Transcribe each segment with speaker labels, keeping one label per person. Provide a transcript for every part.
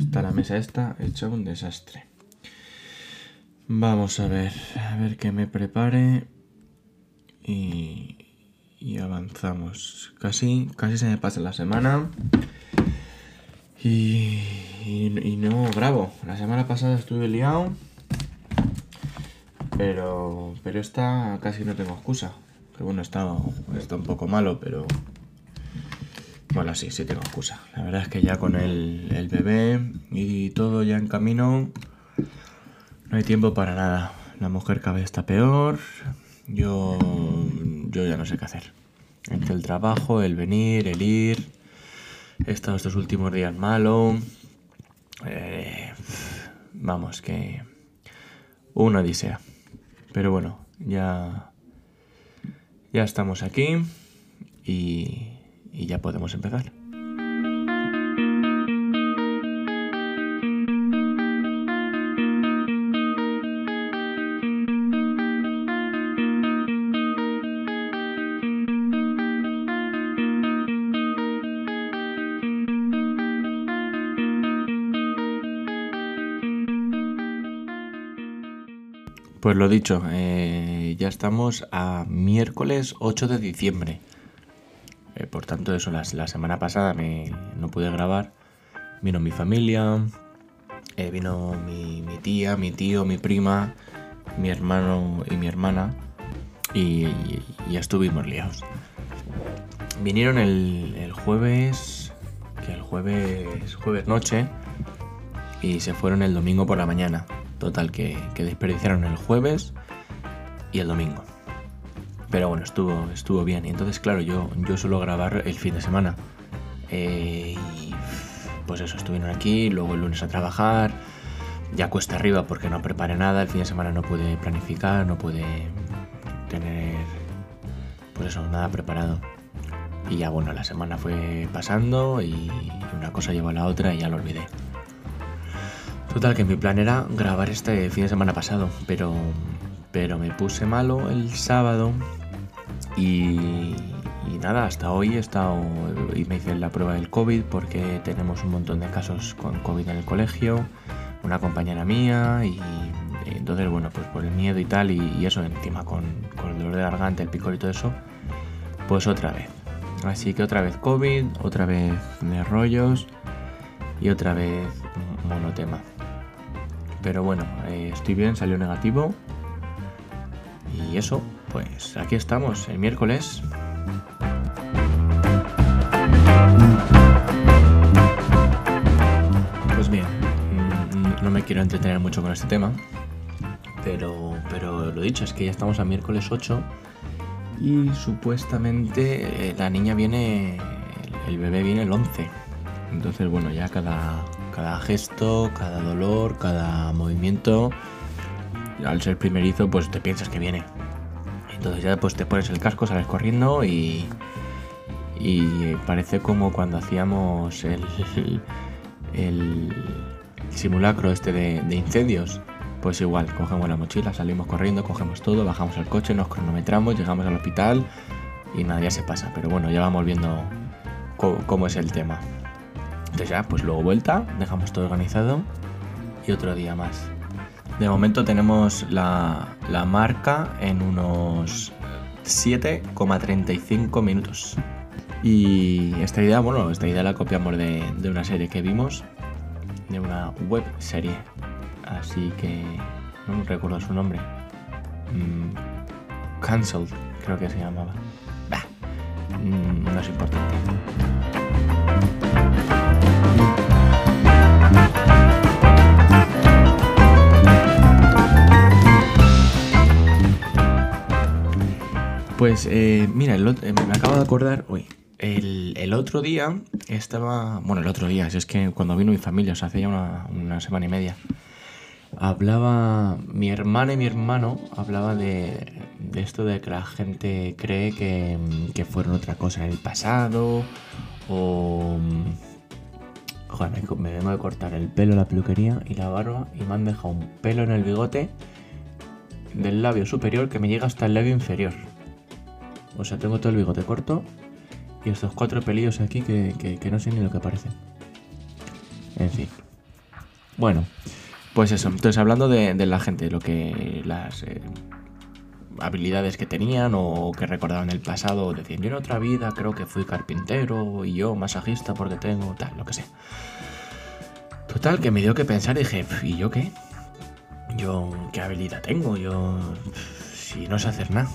Speaker 1: está la mesa esta hecha un desastre. Vamos a ver, a ver que me prepare y, y avanzamos. Casi, casi se me pasa la semana y, y- y no grabo. La semana pasada estuve liado, pero, pero esta casi no tengo excusa. Que bueno, está, está un poco malo, pero bueno, sí, sí tengo excusa. La verdad es que ya con el, el bebé y todo ya en camino, no hay tiempo para nada. La mujer cada vez está peor. Yo, yo ya no sé qué hacer. Entre el trabajo, el venir, el ir. He estado estos últimos días malo. Eh, vamos, que una odisea. Pero bueno, ya, ya estamos aquí y, y ya podemos empezar. Pues lo dicho, eh, ya estamos a miércoles 8 de diciembre. Eh, por tanto, eso, las- la, semana pasada me, no pude grabar. Vino mi familia, eh, vino mi, mi tía, mi tío, mi prima, mi hermano y mi hermana. Y, y- y ya estuvimos liados. Vinieron el, el jueves, que el jueves, jueves noche, y se fueron el domingo por la mañana. Total, que, que desperdiciaron el jueves y el domingo. Pero bueno, estuvo, estuvo bien. Y entonces, claro, yo, yo suelo grabar el fin de semana. Eh, y pues eso, estuvieron aquí, luego el lunes a trabajar. Ya cuesta arriba porque no preparé nada. El fin de semana no pude planificar, no pude tener, pues eso, nada preparado. Y ya bueno, la semana fue pasando y una cosa llevó a la otra y ya lo olvidé. Total, que mi plan era grabar este fin de semana pasado, pero, pero me puse malo el sábado y, y nada, hasta hoy he estado y me hice la prueba del COVID porque tenemos un montón de casos con COVID en el colegio, una compañera mía y, y entonces bueno, pues por el miedo y tal y, y eso, encima con, con el dolor de garganta, el picor y todo eso, pues otra vez. Así que otra vez COVID, otra vez de rollos y otra vez monotema. Pero bueno, eh, estoy bien, salió negativo. Y eso, pues aquí estamos, el miércoles. Pues bien, mm, no me quiero entretener mucho con este tema. Pero, pero lo dicho, es que ya estamos a miércoles 8 y supuestamente eh, la niña viene, el- el bebé viene el 11. Entonces, bueno, ya cada, cada gesto, cada dolor, cada movimiento, al ser primerizo, pues te piensas que viene. Entonces ya pues te pones el casco, sales corriendo y, y eh, parece como cuando hacíamos el, el simulacro este de, de incendios. Pues igual, cogemos la mochila, salimos corriendo, cogemos todo, bajamos al coche, nos cronometramos, llegamos al hospital y nada, ya se pasa. Pero bueno, ya vamos viendo co- cómo es el tema. Entonces ya, pues luego vuelta, dejamos todo organizado y otro día más. De momento tenemos la, la marca en unos 7,35 minutos. Y esta idea, bueno, esta idea la copiamos de, de una serie que vimos, de una web serie. Así que no recuerdo su nombre. Mm, Cancelled, creo que se llamaba. Bah, mm, no es importante. Pues eh, mira, el ot- eh, me acabo de acordar, uy, el, el otro día estaba, bueno, el otro día, si es que cuando vino mi familia, o sea, hace ya una, una semana y media, hablaba, mi hermana y mi hermano hablaba de, de esto de que la gente cree que, mm, que fueron otra cosa en el pasado, o... mm, Joder, me, co- me vengo de cortar el pelo, la peluquería y la barba y me han dejado un pelo en el bigote del labio superior que me llega hasta el labio inferior. O sea, tengo todo el bigote corto y estos cuatro pelillos aquí que, que- que no sé ni lo que parecen. En fin. Bueno, pues eso. Entonces, hablando de, de la gente, lo que las eh, habilidades que tenían o que recordaban el pasado, decían, yo en otra vida creo que fui carpintero y yo masajista porque tengo tal, lo que sea. Total, que me dio que pensar y dije, "Pf, ¿y yo qué? Yo, ¿qué habilidad tengo? Yo, pf, si no sé hacer nada.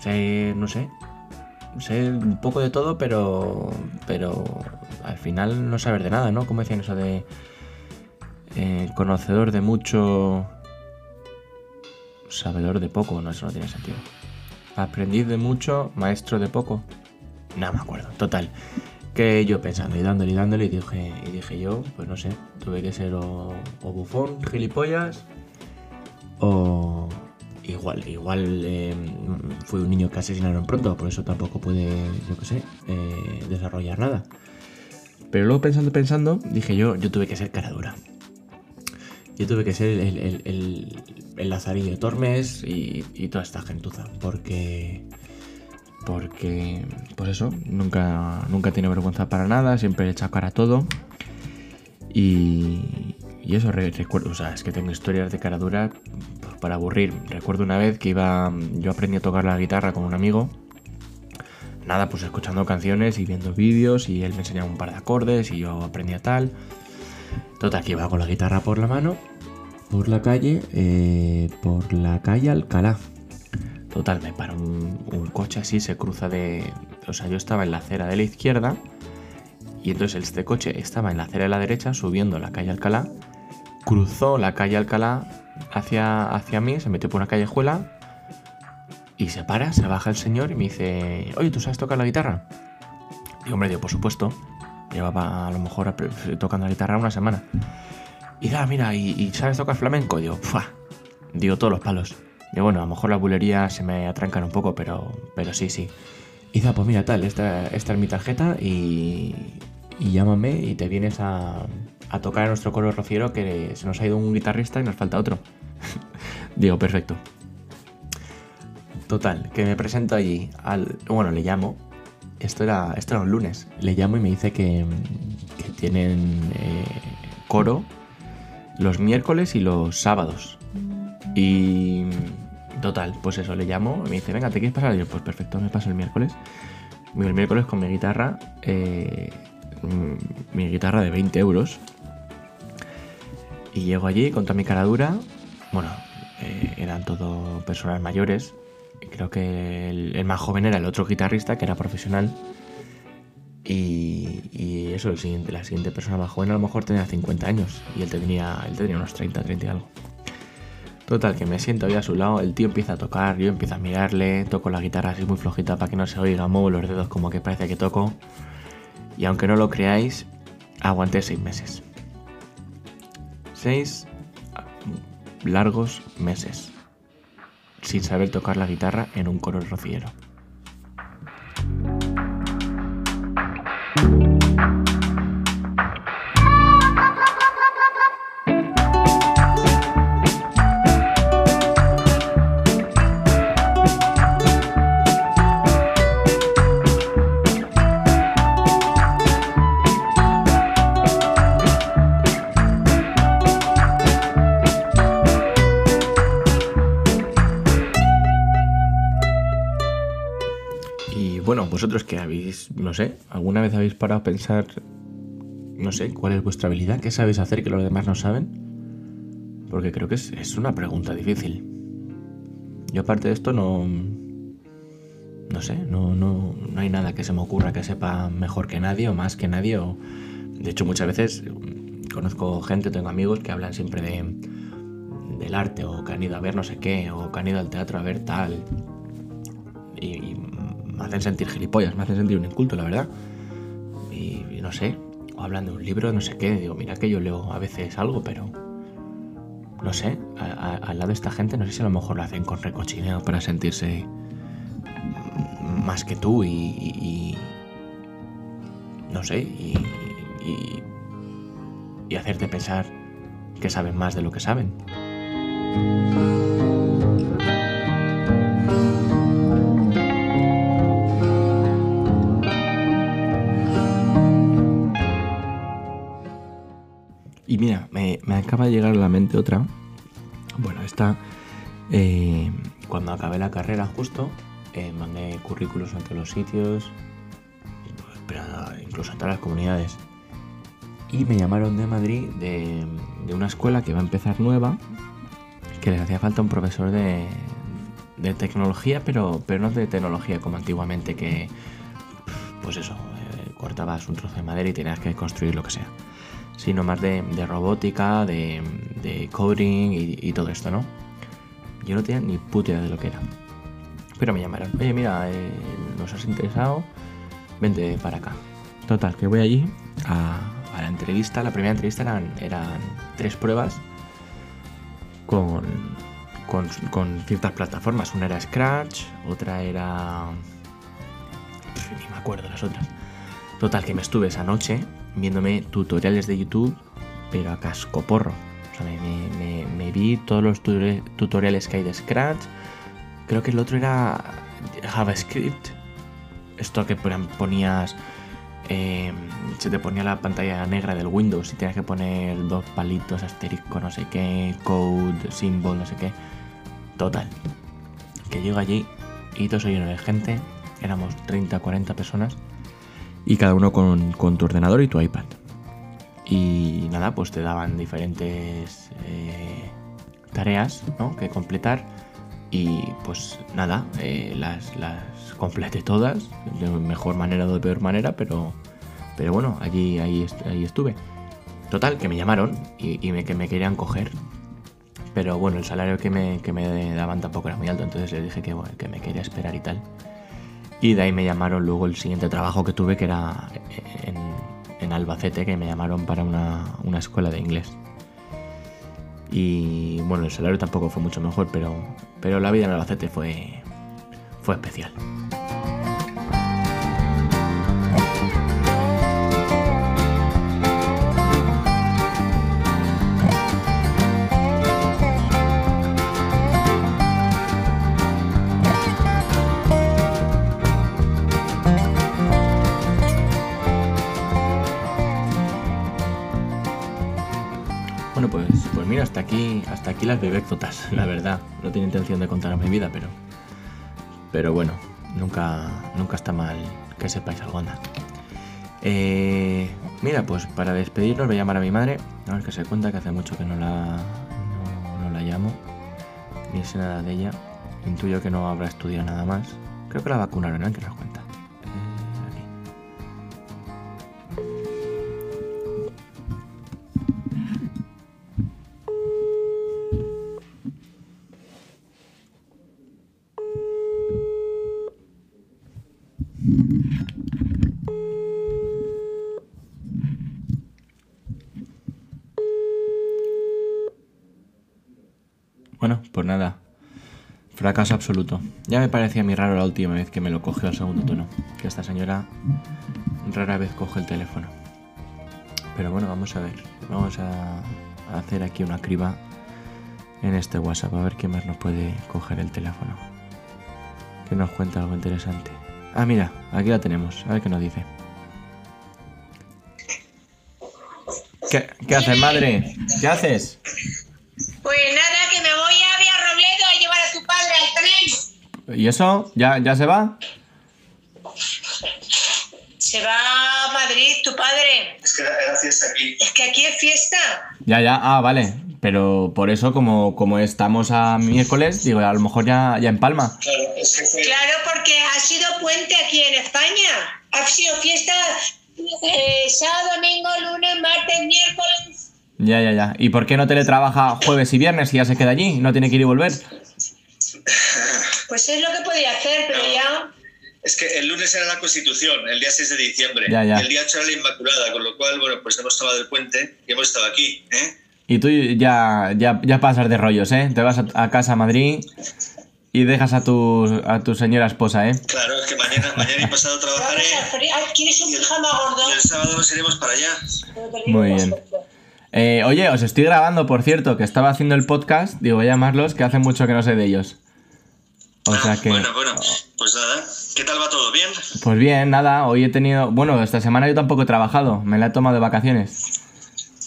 Speaker 1: Sé, no sé. Sé un poco de todo, pero, pero al final no saber de nada, ¿no? Como decían eso de eh, conocedor de mucho, sabedor de poco, no, eso no tiene sentido. Aprendiz de mucho, maestro de poco. No me acuerdo, total. Que yo pensando y dándole y dándole y dije, y dije yo, pues no sé, tuve que ser o, o bufón, gilipollas, o igual, igual eh, fui un niño que asesinaron pronto, por eso tampoco pude, yo qué sé, eh, desarrollar nada. Pero luego pensando, pensando, dije yo, yo tuve que ser cara dura. Yo tuve que ser el, el, el, el, el Lazarillo de Tormes y, y toda esta gentuza. Porque. Porque. Pues eso, nunca, nunca tiene vergüenza para nada, siempre he echado cara a todo. Y. Y eso re- recuerdo, o sea, es que tengo historias de cara dura pues, para aburrir. Recuerdo una vez que iba. Yo aprendí a tocar la guitarra con un amigo nada, pues escuchando canciones y viendo vídeos y él me enseñaba un par de acordes y yo aprendía tal. Total, que iba con la guitarra por la mano, por la calle, eh, por la calle Alcalá. Total, me para un, un coche así, se cruza de... O sea, yo estaba en la acera de la izquierda y entonces este coche estaba en la acera de la derecha subiendo la calle Alcalá, cruzó la calle Alcalá hacia, hacia mí, se metió por una callejuela, y se para, se baja el señor y me dice, oye, ¿tú sabes tocar la guitarra? Y hombre, digo, por supuesto. Llevaba a lo mejor apre- tocando la guitarra una semana. Y da, mira, ¿y, y sabes tocar flamenco? Digo, ¡fua! Digo, todos los palos. Digo, bueno, a lo mejor las bulerías se me atrancan un poco, pero, pero sí, sí. Y da, pues mira, tal, esta, esta es mi tarjeta y, y llámame y te vienes a, a tocar a nuestro coro rociero que se nos ha ido un guitarrista y nos falta otro. digo, perfecto. Total, que me presento allí al. Bueno, le llamo. Esto era, esto era un lunes. Le llamo y me dice que, que tienen eh, coro los miércoles y los sábados. Y. Total, pues eso, le llamo y me dice, venga, ¿te quieres pasar? Y yo, pues perfecto, me paso el miércoles. Y El miércoles con mi guitarra, eh, mm, mi guitarra de 20 euros, y llego allí con toda mi cara dura. Bueno, eh, eran todo personas mayores. Creo que el, el más joven era el otro guitarrista, que era profesional. Y, y eso, el siguiente, la siguiente persona más joven a lo mejor tenía 50 años. Y él tenía, él tenía unos 30, 30 y algo. Total, que me siento ahí a su lado, el tío empieza a tocar, yo empiezo a mirarle, toco la guitarra así muy flojita para que no se oiga, muevo los dedos como que parece que toco. Y aunque no lo creáis, aguanté seis meses seis largos meses sin saber tocar la guitarra en un coro rociero. Y bueno, vosotros que habéis, no sé, alguna vez habéis parado a pensar, no sé, cuál es vuestra habilidad, qué sabéis hacer que los demás no saben, porque creo que es, es una pregunta difícil. Yo aparte de esto no, no sé, no, no, no hay nada que se me ocurra que sepa mejor que nadie o más que nadie. o- De hecho, muchas veces mm, conozco gente, tengo amigos que hablan siempre de, del arte o que han ido a ver no sé qué o que han ido al teatro a ver tal y, y me hacen sentir gilipollas, me hacen sentir un inculto, la verdad. Y, y no sé, o hablan de un libro, no sé qué, digo, mira que yo leo a veces algo, pero no sé, a- a- al lado de esta gente, no sé si a lo mejor lo hacen con recochineo para sentirse m- más que tú y, y- y- no sé, y, y- y hacerte pensar que saben más de lo que saben. Y mira, me, me acaba de llegar a la mente otra. Bueno, esta. eh, cuando acabé la carrera, justo, eh, mandé currículos a todos los sitios, pero incluso a todas las comunidades. Y me llamaron de Madrid de, de una escuela que va a empezar nueva, que les hacía falta un profesor de, de tecnología, pero, pero no de tecnología como antiguamente, que pues eso, eh, cortabas un trozo de madera y tenías que construir lo que sea, sino más de, de robótica, de, de coding y, y todo esto, ¿no? Yo no tenía ni puta idea de lo que era. Pero me llamaron, oye, mira, eh, nos has interesado, vente para acá. Total, que voy allí a, a la entrevista. La primera entrevista eran, eran tres pruebas con, con, con ciertas plataformas. Una era Scratch, otra era. Pff, Ni me acuerdo las otras. Total, que me estuve esa noche viéndome tutoriales de YouTube, pero a cascoporro. O sea, me, me- me- me vi todos los tutore- tutoriales que hay de Scratch. Creo que el otro era JavaScript. Esto que pon- ponías. eh, se te ponía la pantalla negra del Windows y tenías que poner dos palitos, asterisco, no sé qué, code, symbol, no sé qué. Total. Que llego allí y todo soy lleno de gente. Éramos 30, 40 personas. Y cada uno con, con tu ordenador y tu iPad. Y nada, pues te daban diferentes eh, tareas ¿no? que completar. Y pues nada, eh, las, las completé todas, de mejor manera o de peor manera, pero, pero bueno, allí ahí, est- ahí estuve. Total, que me llamaron y, y me, que me querían coger. Pero bueno, el salario que me, que me daban tampoco era muy alto, entonces les dije que, bueno, que me quería esperar y tal. Y de ahí me llamaron luego el siguiente trabajo que tuve, que era en, en Albacete, que me llamaron para una, una escuela de inglés. Y bueno, el salario tampoco fue mucho mejor, pero, pero la vida en Albacete fue, fue especial. Bueno, pues, pues mira, hasta aquí, hasta aquí las bebéctotas, la verdad. No tenía intención de contaros mi vida, pero. Pero bueno, nunca, nunca está mal que sepáis algo anda. Eh, mira, pues para despedirnos voy a llamar a mi madre. A ver que se cuenta que hace mucho que no la. no- no la llamo. Ni sé nada de ella. Intuyo que no habrá estudiado nada más. Creo que la vacunaron, ¿no? Que nos cuenta. Eh, aquí. Bueno, pues nada. Fracaso absoluto. Ya me parecía muy raro la última vez que me lo cogió al segundo tono. Que esta señora rara vez coge el teléfono. Pero bueno, vamos a ver. Vamos a a hacer aquí una criba en este WhatsApp. A ver quién más nos puede coger el teléfono. Que nos cuenta algo interesante. Ah, mira, aquí la tenemos. A ver qué nos dice. ¿Qué, qué haces, madre? ¿Qué haces?
Speaker 2: Pues nada, que me voy a Villarrobledo a llevar a tu padre al tren.
Speaker 1: ¿Y eso? ¿Ya, ya se va?
Speaker 2: Se va a Madrid tu padre.
Speaker 3: Es que era era fiesta aquí.
Speaker 2: Es que aquí es fiesta.
Speaker 1: Ya, ya, ah, vale. Pero por eso, como, como estamos a miércoles, digo, a lo mejor ya, ya en Palma.
Speaker 3: Claro, es que fue.
Speaker 2: Claro, porque ha sido puente aquí en España. Ha sido fiesta eh, sábado, domingo, lunes, martes, miércoles.
Speaker 1: Ya, ya, ya. ¿Y por qué no teletrabaja jueves y viernes y ya se queda allí y no tiene que ir y volver?
Speaker 2: Pues es lo que podía hacer, pero ya.
Speaker 3: Es que el lunes era la Constitución, el día 6 de diciembre.
Speaker 1: Ya, ya.
Speaker 3: Y el día 8 era la Inmaculada, con lo cual, bueno, pues hemos tomado el puente y hemos estado aquí, ¿eh?
Speaker 1: Y tú ya, ya, ya pasas de rollos, ¿eh? Te vas a, a casa a Madrid y dejas a tu, a tu señora esposa, ¿eh?
Speaker 3: Claro, es que mañana, mañana y pasado trabajaré.
Speaker 2: Vamos a fri- ah, ¿Quieres un
Speaker 3: Y el,
Speaker 2: pijama gordo?
Speaker 3: y el sábado nos iremos para allá.
Speaker 2: Pero te
Speaker 1: Muy
Speaker 2: ríes,
Speaker 1: bien.
Speaker 2: gordo.
Speaker 1: Eh, Oye, os estoy grabando, por cierto, que estaba haciendo el podcast. Digo, voy a llamarlos, que hace mucho que no sé de ellos. O
Speaker 3: Ah,
Speaker 1: sea que...
Speaker 3: Bueno, bueno, pues nada. ¿Qué tal va todo? ¿Bien?
Speaker 1: Pues bien, nada, hoy he tenido... Bueno, esta semana yo tampoco he trabajado, me la he tomado de vacaciones.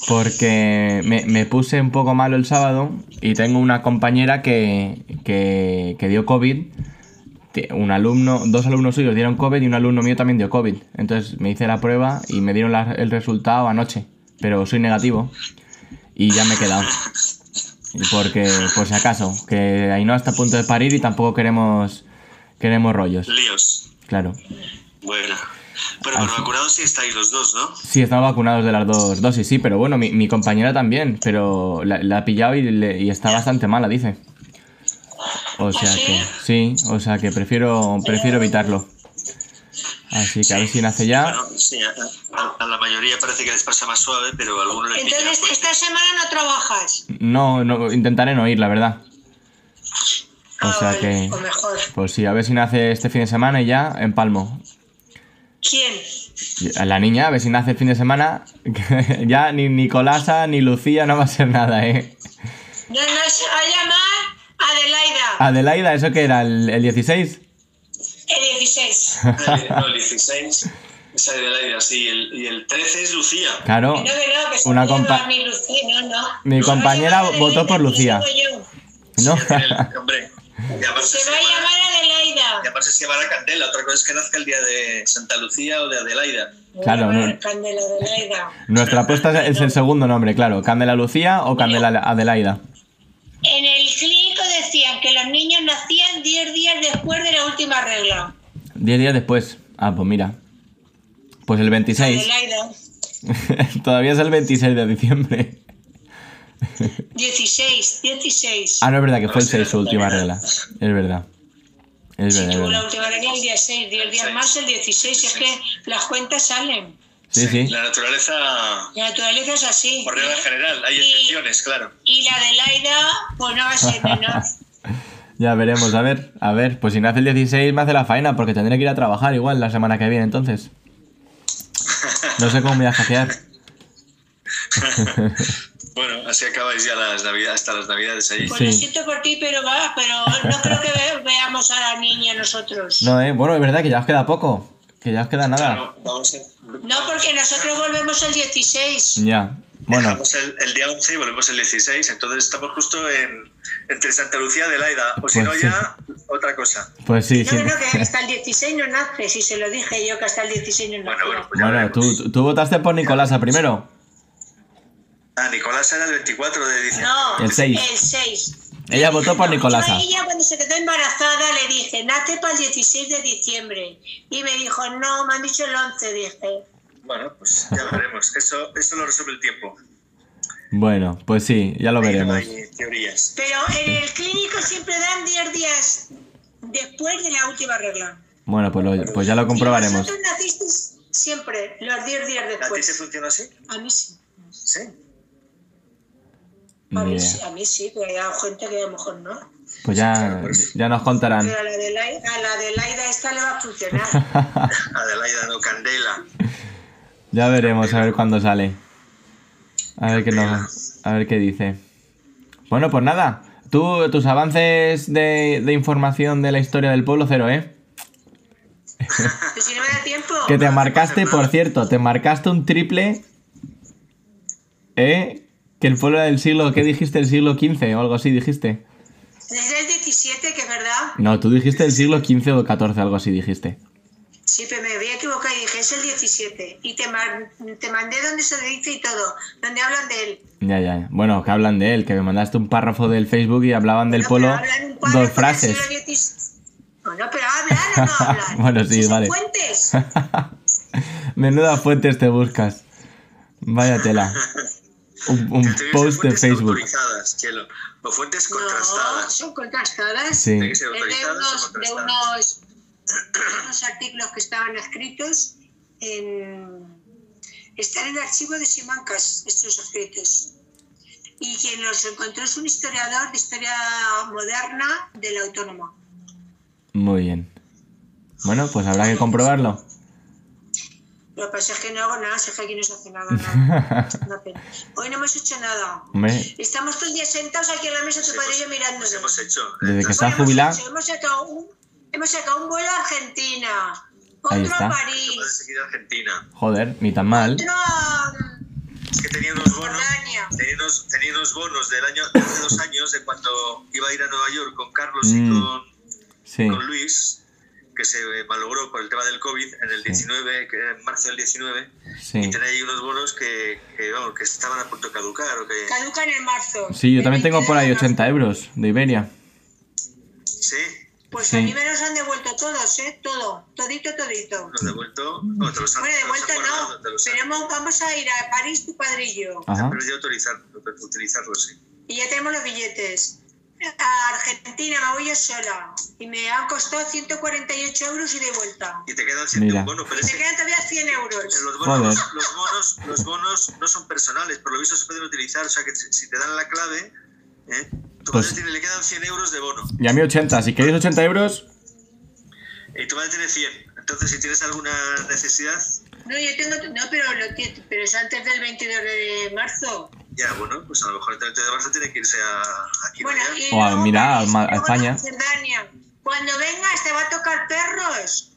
Speaker 1: Porque me, me puse un poco malo el sábado y tengo una compañera que, que, que dio COVID. Ti- Un alumno, dos alumnos suyos dieron COVID y un alumno mío también dio COVID. Entonces me hice la prueba y me dieron la- el resultado anoche. Pero soy negativo y ya me he quedado. Y porque, por si acaso, que ahí no está a punto de parir y tampoco queremos, queremos rollos.
Speaker 3: Líos.
Speaker 1: Claro.
Speaker 3: Bueno. Pero
Speaker 1: Así.
Speaker 3: por vacunados sí estáis los dos, ¿no?
Speaker 1: Sí, estamos vacunados de las dos dosis, sí, pero bueno, mi, mi compañera también, pero la, la ha pillado y, le- y está bastante mala, dice. O sea que, sí, o sea que prefiero, prefiero evitarlo. Así que a ver si nace ya.
Speaker 3: Bueno, sí, a, a- a la mayoría parece que les pasa más suave, pero a algunos les pilla
Speaker 2: Entonces,
Speaker 3: fuerte.
Speaker 2: esta semana no trabajas.
Speaker 1: No, no, intentaré no ir, la verdad. O
Speaker 2: Ah,
Speaker 1: sea
Speaker 2: vale,
Speaker 1: que,
Speaker 2: O mejor.
Speaker 1: pues sí, a ver si nace este fin de semana y ya empalmo.
Speaker 2: ¿Quién?
Speaker 1: Y a La niña, a ver si nace el fin de semana. que ya ni Nicolasa ni Lucía no va a ser nada, ¿eh?
Speaker 2: No, no, se va a llamar Adelaida,
Speaker 1: Adelaida, ¿eso que era? ¿El, el 16?
Speaker 2: el 16.
Speaker 3: Eh, No, el 16 sale del aire así. El, y el 13 es Lucía.
Speaker 1: Claro.
Speaker 2: No, que no, que se
Speaker 1: Una
Speaker 2: llama
Speaker 1: compa-
Speaker 2: mi Lucía, no, no.
Speaker 1: Mi
Speaker 2: Se va a
Speaker 1: compañera
Speaker 2: llamar Adelaida,
Speaker 1: votó por
Speaker 2: que
Speaker 1: Lucía.
Speaker 2: sigo yo.
Speaker 1: No.
Speaker 3: El- hombre. Llamarse
Speaker 2: Se va a llamar Adelaida.
Speaker 3: Llamarse se llamará Candela. Otra cosa es que nazca el día de Santa Lucía o de Adelaida.
Speaker 1: Claro,
Speaker 2: Voy a
Speaker 1: no.
Speaker 2: llamar Candela Adelaida.
Speaker 1: Nuestra apuesta es el segundo nombre, claro. ¿Candela Lucía o Candela Adelaida?
Speaker 2: En el clínico decían que los niños nacían 10 días después de la última regla.
Speaker 1: Diez días después. Ah, pues mira. Pues el 26.
Speaker 2: Adelaida,
Speaker 1: Todavía es el 26 de diciembre.
Speaker 2: 16, 16.
Speaker 1: Ah, no es verdad que fue el 6 su última regla. Es verdad. Es
Speaker 2: Sí,
Speaker 1: verdad, es
Speaker 2: tuvo la
Speaker 1: verdad.
Speaker 2: última regla el día 6, 10 días
Speaker 3: Seis.
Speaker 2: más el 16. Es que las cuentas salen.
Speaker 1: Sí, sí.
Speaker 3: La naturaleza,
Speaker 2: La naturaleza es así.
Speaker 3: por regla general, hay
Speaker 2: Y-
Speaker 3: excepciones, claro.
Speaker 2: Y la Adelaida, pues no va a ser menor.
Speaker 1: Ya veremos, a ver, a ver. Pues si nace el 16 me hace la faena porque tendré que ir a trabajar igual la semana que viene entonces. No sé cómo me voy a hackear.
Speaker 3: Bueno, así acabáis ya las navidades, hasta las navidades ahí.
Speaker 2: Pues
Speaker 1: Sí.
Speaker 2: lo siento por ti, pero va, pero no creo que ve- veamos a la niña nosotros. No.
Speaker 1: No, eh. Bueno, es verdad que ya os queda poco. Que ya os queda nada.
Speaker 3: Bueno, vamos a-
Speaker 2: porque nosotros volvemos el 16.
Speaker 1: Ya. Bueno.
Speaker 3: Dejamos el, el día 11 y volvemos el 16, entonces estamos justo en, entre Santa Lucía y Adelaida, o si
Speaker 1: Pues
Speaker 3: no
Speaker 1: sí.
Speaker 3: ya, otra cosa.
Speaker 1: Pues sí,
Speaker 2: No,
Speaker 1: sí.
Speaker 2: no, que hasta el 16 no nace, si se lo dije yo que hasta el 16 no nace.
Speaker 3: Bueno, bueno, pues ya
Speaker 1: Bueno,
Speaker 3: veremos.
Speaker 1: tú, tú- tú votaste por Nicolasa primero.
Speaker 3: Ah, Nicolás era el 24 de diciembre.
Speaker 2: No,
Speaker 1: El seis.
Speaker 2: El 6.
Speaker 1: Ella votó por
Speaker 2: Yo
Speaker 1: Nicolasa.
Speaker 2: a ella cuando se quedó embarazada le dije, nace para el 16 de diciembre. Y me dijo, no, me han dicho el 11, dije.
Speaker 3: Bueno, pues ya veremos. Eso, eso lo resuelve el tiempo.
Speaker 1: Bueno, pues sí, ya lo veremos.
Speaker 3: Hay teorías.
Speaker 2: Pero en el clínico siempre dan 10 días después de la última regla.
Speaker 1: Bueno, pues, lo- pues ya lo
Speaker 2: Y
Speaker 1: comprobaremos.
Speaker 2: vosotros nacisteis siempre los 10 días
Speaker 3: ¿A ti te
Speaker 2: después.
Speaker 3: funciona así?
Speaker 2: A mí sí.
Speaker 3: Sí.
Speaker 2: A
Speaker 1: Ni
Speaker 2: mí,
Speaker 1: idea.
Speaker 2: sí, a mí sí, pero hay gente que a lo mejor no.
Speaker 1: Pues ya, ya nos contarán.
Speaker 2: Pero a la de Laida, a la de Laida esta le va a funcionar.
Speaker 3: Adelaida, no, Candela.
Speaker 1: Ya veremos a ver cuándo sale. A ver qué nos, a ver qué dice. Bueno, pues nada. Tú, tus avances de, de información de la historia del pueblo, cero, ¿eh?
Speaker 2: Pero Pues si no me da tiempo.
Speaker 1: Que te marcaste, por cierto, te marcaste un triple. ¿Eh? Que el pueblo era del siglo. ¿Qué dijiste? El siglo XV o algo así dijiste.
Speaker 2: Desde el 17, que es verdad.
Speaker 1: No, tú dijiste el siglo XV o XIV, algo así dijiste.
Speaker 2: Sí, pero me había equivocado y dije, es el 17. Y te, mar- te mandé donde se dice y todo, donde hablan de él.
Speaker 1: Ya, ya. ya. Bueno, que hablan de él, que me mandaste un párrafo del Facebook y hablaban del
Speaker 2: No, pero
Speaker 1: pueblo
Speaker 2: hablan un párrafo
Speaker 1: dos
Speaker 2: del
Speaker 1: frases.
Speaker 2: siglo XVI. Bueno, pero hablan o no hablan.
Speaker 1: Bueno, sí,
Speaker 2: Si son
Speaker 1: vale.
Speaker 2: Fuentes.
Speaker 1: Menuda fuentes te buscas. Vaya tela. Un, un
Speaker 3: Que tienen que ser
Speaker 1: post de
Speaker 3: fuentes
Speaker 1: Facebook.
Speaker 3: autorizadas, cielo. O fuentes
Speaker 2: No,
Speaker 3: contrastadas.
Speaker 2: son contrastadas.
Speaker 1: Sí.
Speaker 3: Tienen que ser
Speaker 2: Es de
Speaker 3: autorizadas o
Speaker 2: unos, de
Speaker 3: contrastadas.
Speaker 2: unos, unos artículos que estaban escritos en. Están en el archivo de Simancas, estos objetos. Y quien los encontró es un historiador de historia moderna del autónomo.
Speaker 1: Muy bien. Bueno, pues habrá que comprobarlo.
Speaker 2: Lo que pasa es que no hago nada, si es que aquí no se hace nada. nada. No, pero Hoy no hemos hecho nada.
Speaker 1: Hombre,
Speaker 2: Estamos todo el día sentados aquí en la mesa, tu padre y yo
Speaker 3: Nos
Speaker 2: mirándonos.
Speaker 3: pues, hemos hecho.
Speaker 1: desde que
Speaker 2: Bueno,
Speaker 1: está
Speaker 2: hemos
Speaker 1: jubilado.
Speaker 2: hecho- Hemos sacado un, hemos sacado un vuelo a Argentina,
Speaker 1: Ahí
Speaker 2: otro
Speaker 1: está.
Speaker 2: a
Speaker 3: Puedes
Speaker 2: París,
Speaker 3: seguir a Argentina.
Speaker 1: Joder, ni tan mal.
Speaker 2: otro a,
Speaker 3: Es que que tenía unos bonos, tenía unos, tenía unos bonos del año, de hace dos años, de cuando iba a ir a Nueva York con Carlos y
Speaker 1: Mm.
Speaker 3: con,
Speaker 1: Sí,
Speaker 3: con Luis, que se eh, malogró por el tema del COVID en el
Speaker 1: Sí.
Speaker 3: 19, que en marzo del 19,
Speaker 1: sí.
Speaker 3: y tenía ahí unos bonos que, que, vamos, que estaban a punto de caducar o que...
Speaker 2: Caducan en marzo.
Speaker 1: Sí, yo
Speaker 2: El
Speaker 1: también tengo por ahí
Speaker 2: 22 de
Speaker 1: 80 euros de Iberia.
Speaker 3: Sí,
Speaker 2: marzo. Pues
Speaker 1: Sí.
Speaker 2: a mí me los han devuelto todos, ¿eh? Todo, todito, todito.
Speaker 3: los devuelto, no, te los han,
Speaker 2: Bueno,
Speaker 3: te los han
Speaker 2: devuelto
Speaker 3: guardado,
Speaker 2: no,
Speaker 3: te los han-
Speaker 2: tenemos, vamos a ir a París tu padrillo.
Speaker 1: Ajá.
Speaker 3: pero ya autorizar, utilizarlo, sí.
Speaker 2: Y ya tenemos los billetes. A Argentina me voy yo sola. Y me han costado 148 euros y de vuelta.
Speaker 3: Y te quedan 100
Speaker 1: Mira.
Speaker 3: bonos, pero
Speaker 2: Se
Speaker 3: ese,
Speaker 2: quedan todavía 100 euros.
Speaker 3: Pero Los
Speaker 1: Joder.
Speaker 3: bonos, los, bonos, los bonos no son personales, por lo visto se pueden utilizar, o sea que si te dan la clave, ¿eh? tu
Speaker 1: Pues-
Speaker 3: madre tiene, le quedan 100 euros de bono
Speaker 1: Y a mí 80. Si queréis 80 euros,
Speaker 3: y tu madre tiene 100. Entonces, si tienes alguna necesidad,
Speaker 2: No, yo tengo. No, pero, lo, tie- pero es antes del 22 de marzo.
Speaker 3: ya bueno, pues a lo mejor el 30 de marzo tiene que irse a, aquí
Speaker 2: Bueno, y
Speaker 1: O a-
Speaker 2: luego
Speaker 1: Oh, mira, a Ma- a
Speaker 2: y luego
Speaker 1: España.
Speaker 2: Jordania. Cuando vengas te va a tocar perros.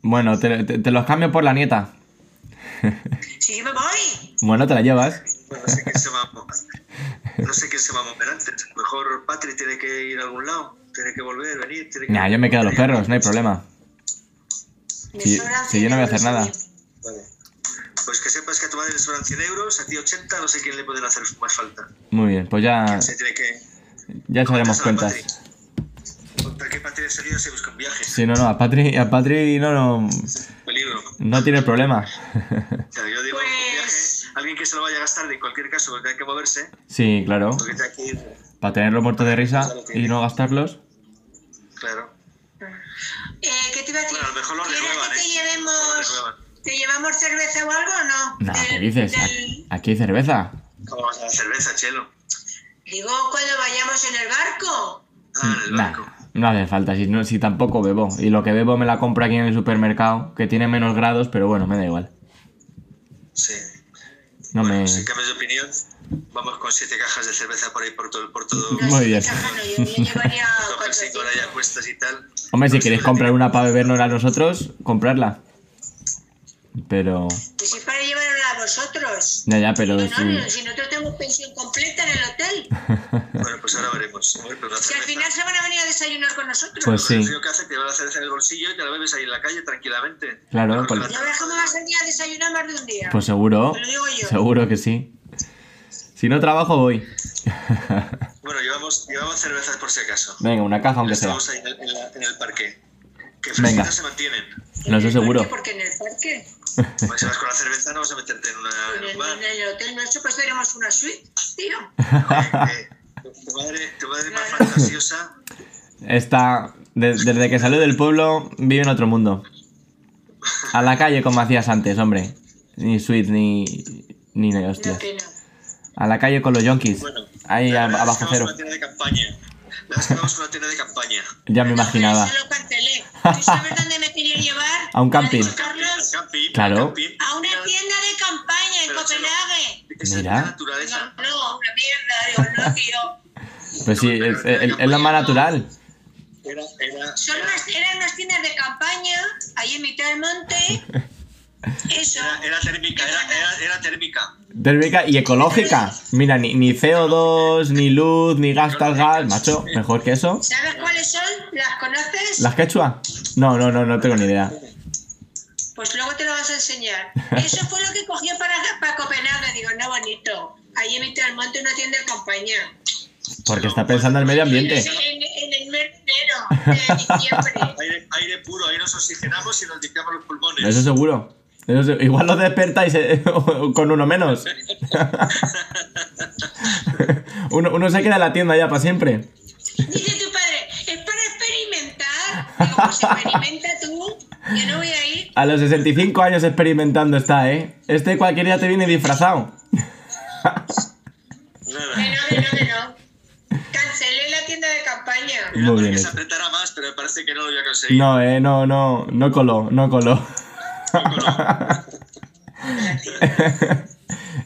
Speaker 1: bueno, te, te- te los cambio por la nieta.
Speaker 2: Si yo me voy.
Speaker 1: Bueno, te la llevas.
Speaker 3: no sé quién se va a mover. No sé quién se va a mover antes. A lo mejor Patri tiene que ir a algún lado, tiene que volver, venir. Tiene que...
Speaker 1: Nah, yo me quedo los perros, no hay problema.
Speaker 2: Me
Speaker 1: Si-
Speaker 2: sobran
Speaker 1: si yo no voy a hacer
Speaker 2: 100 euros
Speaker 1: nada.
Speaker 2: mí.
Speaker 3: Vale. Pues que sepas que a tu madre le sobran 100 euros, a ti 80, no sé quién le pueden hacer más falta.
Speaker 1: Muy bien, pues ya,
Speaker 3: Se tiene que...
Speaker 1: ya nos haremos
Speaker 3: Contas a
Speaker 1: cuentas.
Speaker 3: Patri. Contar que Patri enseguida se busca un viaje.
Speaker 1: Si no, no, a Patri, a Patri no, no,
Speaker 3: Peligro.
Speaker 1: no tiene problema.
Speaker 3: O sea, yo digo,
Speaker 2: Pues-
Speaker 3: un viaje, alguien que se lo vaya a gastar, en cualquier caso, porque hay que moverse,
Speaker 1: Sí, claro.
Speaker 3: porque está aquí,
Speaker 1: Para tenerlos muertos de risa y no gastarlos.
Speaker 3: claro.
Speaker 2: Eh, ¿Qué te iba a decir?
Speaker 3: Bueno, a lo mejor lo
Speaker 2: ¿Quieres
Speaker 3: renuevan,
Speaker 2: que te
Speaker 3: ¿eh? Lo
Speaker 2: llevemos,
Speaker 3: renuevan.
Speaker 2: te llevamos cerveza o algo o no?
Speaker 1: Nada,
Speaker 2: Del-
Speaker 1: ¿qué dices?
Speaker 2: del-
Speaker 1: A- Aquí hay cerveza.
Speaker 3: ¿Cómo vas a la cerveza, Chelo?
Speaker 2: Digo, cuando vayamos en el barco.
Speaker 3: Ah, en el
Speaker 1: Nah,
Speaker 3: barco.
Speaker 1: no hace falta, si, no, si tampoco bebo. Y lo que bebo me la compro aquí en el supermercado, que tiene menos grados, pero bueno, me da igual.
Speaker 3: Sí.
Speaker 1: No
Speaker 3: bueno,
Speaker 1: me...
Speaker 3: Si cambias de opinión, vamos con siete cajas de cerveza por ahí, por todo... Por todo
Speaker 2: No,
Speaker 1: Muy
Speaker 2: sí,
Speaker 1: bien.
Speaker 2: caja no, yo me llevaría
Speaker 3: Coger
Speaker 2: cuatro
Speaker 3: cinco horas ya cuestas y tal.
Speaker 1: Hombre, si
Speaker 3: No sé,
Speaker 1: queréis
Speaker 3: no
Speaker 1: comprar una para bebernos a nosotros, comprarla. Pero...
Speaker 2: Y si es para llevarla a vosotros.
Speaker 1: Ya, ya, pero
Speaker 2: No,
Speaker 1: si...
Speaker 2: no, si nosotros tenemos pensión completa en el hotel.
Speaker 3: Bueno, pues ahora veremos. A ver, pero la
Speaker 2: Si al
Speaker 3: cerveza-
Speaker 2: final se van a venir a desayunar con
Speaker 1: Pues
Speaker 2: nosotros.
Speaker 3: Con el
Speaker 1: sí.
Speaker 3: frío que hace, te vas a cerveza en el bolsillo y te la bebes ahí en la calle tranquilamente.
Speaker 1: Claro, pues- con-
Speaker 3: Mejor que la
Speaker 2: Ya ves cómo vas a venir a desayunar más de un día.
Speaker 1: Pues seguro,
Speaker 2: Te lo digo yo.
Speaker 1: seguro que sí. Si no trabajo, voy.
Speaker 3: Bueno, llevamos, llevamos cervezas por si acaso.
Speaker 1: Venga, una caja aunque sea.
Speaker 3: Estamos ahí en, el- en la- en el parque. Que fresquitas se mantienen.
Speaker 2: En
Speaker 1: lo
Speaker 2: el
Speaker 1: sé
Speaker 2: parque,
Speaker 1: seguro.
Speaker 2: Porque en el parque,
Speaker 3: Pues si vas con la cerveza no vas a meterte en, una,
Speaker 2: en
Speaker 3: en un
Speaker 2: el,
Speaker 3: bar.
Speaker 2: en el hotel nuestro, pues tenemos una suite, tío.
Speaker 3: Eh, eh, tu madre, tu madre es más fantasiosa.
Speaker 1: Está... de- desde que salió del pueblo, vive en otro mundo. A la calle como hacías antes, hombre. Ni sweet, ni... Ni
Speaker 2: Una
Speaker 1: hostias.
Speaker 2: pena.
Speaker 1: A la calle con los yonkis.
Speaker 3: Bueno,
Speaker 1: Ahí
Speaker 3: la
Speaker 1: a-
Speaker 3: verdad es
Speaker 1: abajo
Speaker 3: que vamos
Speaker 1: cero.
Speaker 3: con una tienda de campaña. La verdad es que vamos con una tienda de campaña.
Speaker 1: Ya me
Speaker 2: No,
Speaker 1: imaginaba.
Speaker 2: pero Eso lo cancelé. ¿Tú sabes dónde me querían llevar?
Speaker 1: A un camping.
Speaker 2: Al Carlos,
Speaker 3: Camping,
Speaker 1: Claro.
Speaker 3: camping.
Speaker 2: A una tienda de campaña en
Speaker 3: Pero se lo-
Speaker 2: Copenhague.
Speaker 3: Esa es
Speaker 1: Mira.
Speaker 3: la naturaleza.
Speaker 2: No, no, una mierda. Digo, no, tío.
Speaker 1: Pues sí,
Speaker 3: pero
Speaker 1: es,
Speaker 3: tiene
Speaker 1: es-
Speaker 3: que
Speaker 1: es lo más
Speaker 3: apoyarlo.
Speaker 1: natural.
Speaker 3: Era, era,
Speaker 2: Son unas, eran unas tiendas de campaña, ahí en mitad del monte. Eso.
Speaker 3: era, era térmica, era, era, era térmica.
Speaker 1: Térmica y ecológica. Mira, ni, ni CO2, ni luz, ni gas, tal gas. Macho, mejor que eso.
Speaker 2: ¿Sabes cuáles son? ¿Las conoces?
Speaker 1: ¿Las quechua? No, no, no, no tengo ni idea.
Speaker 2: Pues luego te lo vas a enseñar. Eso fue lo que cogió para, para Copenhague. Digo, no, bonito. Ahí en mitad del monte una tienda de campaña.
Speaker 1: Porque está pensando en el medio ambiente.
Speaker 2: En, en el mes de enero, de diciembre.
Speaker 3: Aire, aire puro, ahí nos oxigenamos y nos limpiamos los pulmones.
Speaker 1: Eso seguro. Eso se- igual los despertáis eh, con uno menos. uno, uno se queda en la tienda ya para siempre.
Speaker 2: Dice tu padre, es para experimentar. Digo, pues experimenta tú, yo no voy a ir.
Speaker 1: A los 65 años experimentando está, ¿eh? Este cualquier día te viene disfrazado.
Speaker 2: Que
Speaker 3: Nada.
Speaker 2: no, que no, que no. Cancelé la tienda de campaña.
Speaker 1: Muy
Speaker 3: Era para
Speaker 1: bien
Speaker 3: que
Speaker 1: hecho.
Speaker 3: se apretara más, pero me parece que no lo voy a conseguir.
Speaker 1: No, eh, no, no, no coló, no coló.
Speaker 2: La tienda.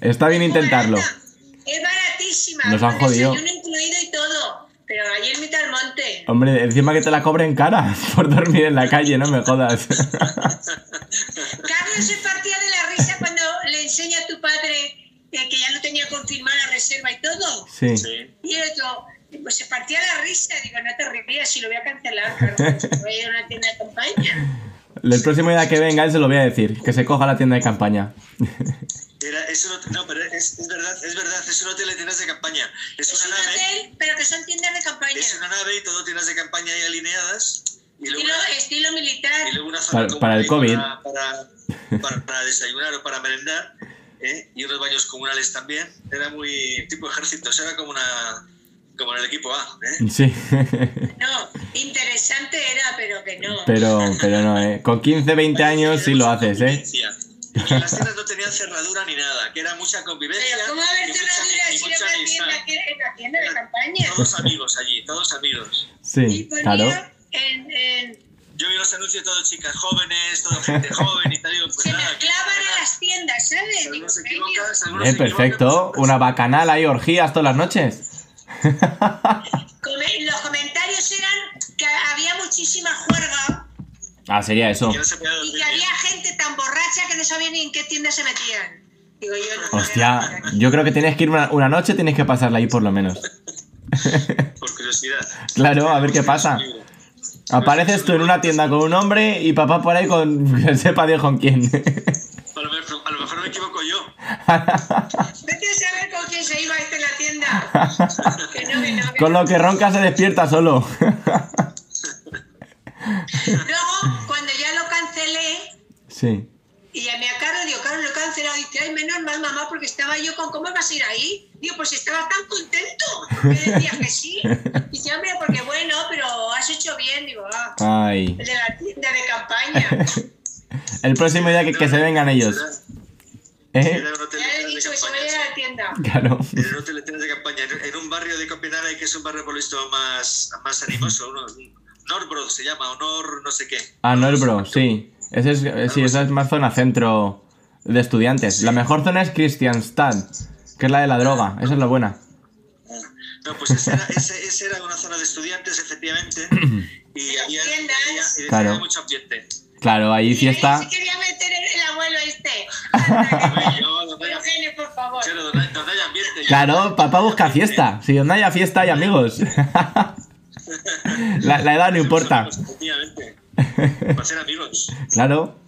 Speaker 1: Está bien intentarlo.
Speaker 2: Barata. Es baratísima.
Speaker 1: Nos han
Speaker 2: con
Speaker 1: jodido.
Speaker 2: Desayuno incluido y todo. Pero allí en mitad del monte.
Speaker 1: Hombre, encima que te la cobren cara por dormir en la calle, no me jodas.
Speaker 2: Carlos se partía de la risa cuando le enseña a tu padre eh, que ya no tenía confirmada la reserva y todo.
Speaker 1: Sí.
Speaker 3: Sí.
Speaker 2: Y el otro, pues se partía la risa. Digo, no te rías, si lo voy a cancelar, Carlos. Voy a ir a una tienda de campaña.
Speaker 1: El próximo día que venga él se lo voy a decir, que se coja la tienda de campaña.
Speaker 3: Era, es un hotel- no, pero es, es verdad, es verdad, es un hotel de tiendas de campaña. Es
Speaker 2: Es un
Speaker 3: una nave,
Speaker 2: hotel, pero que son tiendas de campaña.
Speaker 3: es una nave y todo tiendas de campaña ahí alineadas. Y luego,
Speaker 2: Estilo,
Speaker 3: una,
Speaker 2: estilo militar.
Speaker 3: y luego una
Speaker 1: Para-
Speaker 3: zona común
Speaker 1: para el
Speaker 3: ahí
Speaker 1: COVID.
Speaker 3: Para, para- para- para desayunar o para merendar. ¿eh? Y unos baños comunales también. Era muy tipo ejército, o sea, era como una como en el equipo A. ¿eh?
Speaker 1: Sí.
Speaker 2: No, interesante era, pero que no.
Speaker 1: Pero, pero no, ¿eh? Con 15, 20 años sí lo haces, ¿eh?
Speaker 3: Convivencia. Y que las tiendas no tenían cerradura ni nada, que era mucha convivencia.
Speaker 2: Pero ¿cómo va a haber
Speaker 3: y mucha-
Speaker 2: cerradura
Speaker 3: y
Speaker 2: si
Speaker 3: mucha
Speaker 2: no
Speaker 3: amistad.
Speaker 2: tienda que en la tienda de campaña?
Speaker 3: Todos amigos allí, todos amigos.
Speaker 2: Y
Speaker 1: Sí,
Speaker 2: ponía
Speaker 1: claro. Eh,
Speaker 2: en, en-
Speaker 3: Yo vi los anuncios de todas chicas jóvenes, toda gente joven y tal, y digo, pues
Speaker 2: se
Speaker 3: nada.
Speaker 2: me
Speaker 3: aquí,
Speaker 2: clavan
Speaker 3: nada.
Speaker 2: a las tiendas,
Speaker 3: Si
Speaker 2: ¿sabes? Digo,
Speaker 3: alguno se
Speaker 2: "Genio".
Speaker 3: equivoca, si alguno
Speaker 1: Eh,
Speaker 3: se equivoca,
Speaker 1: perfecto.
Speaker 3: pues,
Speaker 1: Una bacanal ahí, orgías todas las noches.
Speaker 2: Come- los comentarios eran que había muchísima juerga
Speaker 1: Ah, sería eso.
Speaker 3: que no se podía
Speaker 2: y
Speaker 3: dormir
Speaker 2: que había
Speaker 3: bien.
Speaker 2: gente tan borracha que no sabía ni en qué tienda se metían. Digo yo, no, no,
Speaker 1: Hostia,
Speaker 2: no, no.
Speaker 1: yo creo que tienes que ir una, una noche, tienes que pasarla ahí por lo menos.
Speaker 3: Por curiosidad.
Speaker 1: Claro, a ver qué pasa. Apareces tú en una tienda con un hombre y papá por ahí con que sepa Dios con quién.
Speaker 3: A lo, mejor, a lo mejor me equivoco yo.
Speaker 2: Vete a saber con quién se iba este en la tienda. Que no, que no, que
Speaker 1: Con
Speaker 2: no.
Speaker 1: lo que ronca se despierta solo.
Speaker 2: Luego, cuando ya lo cancelé,
Speaker 1: Sí.
Speaker 2: Y llamé a Carlos, digo, Carlos, lo he cancelado. Dice, ay, menos mal, mamá, porque estaba yo con, ¿cómo vas a ir ahí? Digo, pues estaba tan contento que decía que sí. Dice, hombre, porque bueno, pero has hecho bien. Digo, ah,
Speaker 1: Ay.
Speaker 2: el de la tienda de campaña.
Speaker 1: El próximo día que, que se vengan ellos. ¿Eh?
Speaker 3: Era un hotel
Speaker 2: Ya le he
Speaker 3: de
Speaker 2: dicho que se
Speaker 3: campaña.
Speaker 2: vaya a la tienda.
Speaker 1: Claro.
Speaker 3: Era un hotel de tiendas de campaña. En- En un barrio de Copenhague, que es un barrio por lo visto más, más animoso. uno- Norbro se llama, o Nor no sé qué.
Speaker 1: Ah, no, el bro, sí. Ese es, eh, sí, esa es más zona centro de estudiantes. La mejor zona es Kristianstad, que es la de la droga. Esa es la buena.
Speaker 3: No, pues ese era, ese- ese era una zona de estudiantes, efectivamente. Y había,
Speaker 2: Tiendas.
Speaker 3: había- y había
Speaker 1: Claro.
Speaker 3: mucho ambiente.
Speaker 1: Claro, ahí
Speaker 2: Y
Speaker 1: fiesta.
Speaker 2: ahí se quería meter el abuelo este.
Speaker 3: Hombre, yo, donde haya-
Speaker 2: Pero, Gene, por favor.
Speaker 3: claro, donde hay- donde hay ambiente. yo-
Speaker 1: Claro, papá busca fiesta. Si donde haya fiesta hay amigos. La, la edad no importa.
Speaker 3: Somos amigos, efectivamente. Para ser amigos.
Speaker 1: Claro.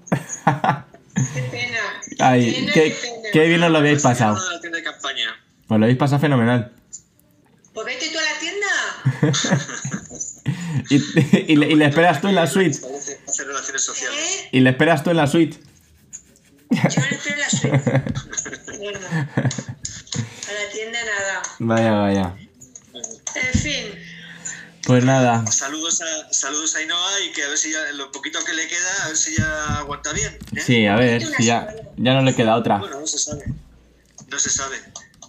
Speaker 2: Qué pena.
Speaker 1: Ay,
Speaker 2: Gene,
Speaker 1: qué,
Speaker 2: pena.
Speaker 1: qué bien os lo habéis pasado.
Speaker 3: Hablando de la tienda de campaña.
Speaker 1: Os lo habéis pasado fenomenal.
Speaker 2: Pues vete tú a la tienda.
Speaker 1: Y, y le, y le esperas tú en la suite.
Speaker 3: Parece Hacer relaciones sociales.
Speaker 2: ¿Eh?
Speaker 1: Y le esperas tú en la suite.
Speaker 2: Yo no espero la suite. No, no. A la tienda nada.
Speaker 1: Vaya, vaya.
Speaker 2: En fin.
Speaker 1: Pues nada.
Speaker 3: Saludos a, saludos a Ainhoa y que a ver si ya, lo poquito que le queda, a ver si ya aguanta bien. ¿eh?
Speaker 1: Sí, a ver, si ya, ya no le queda otra.
Speaker 3: Bueno, no se sabe. No se sabe.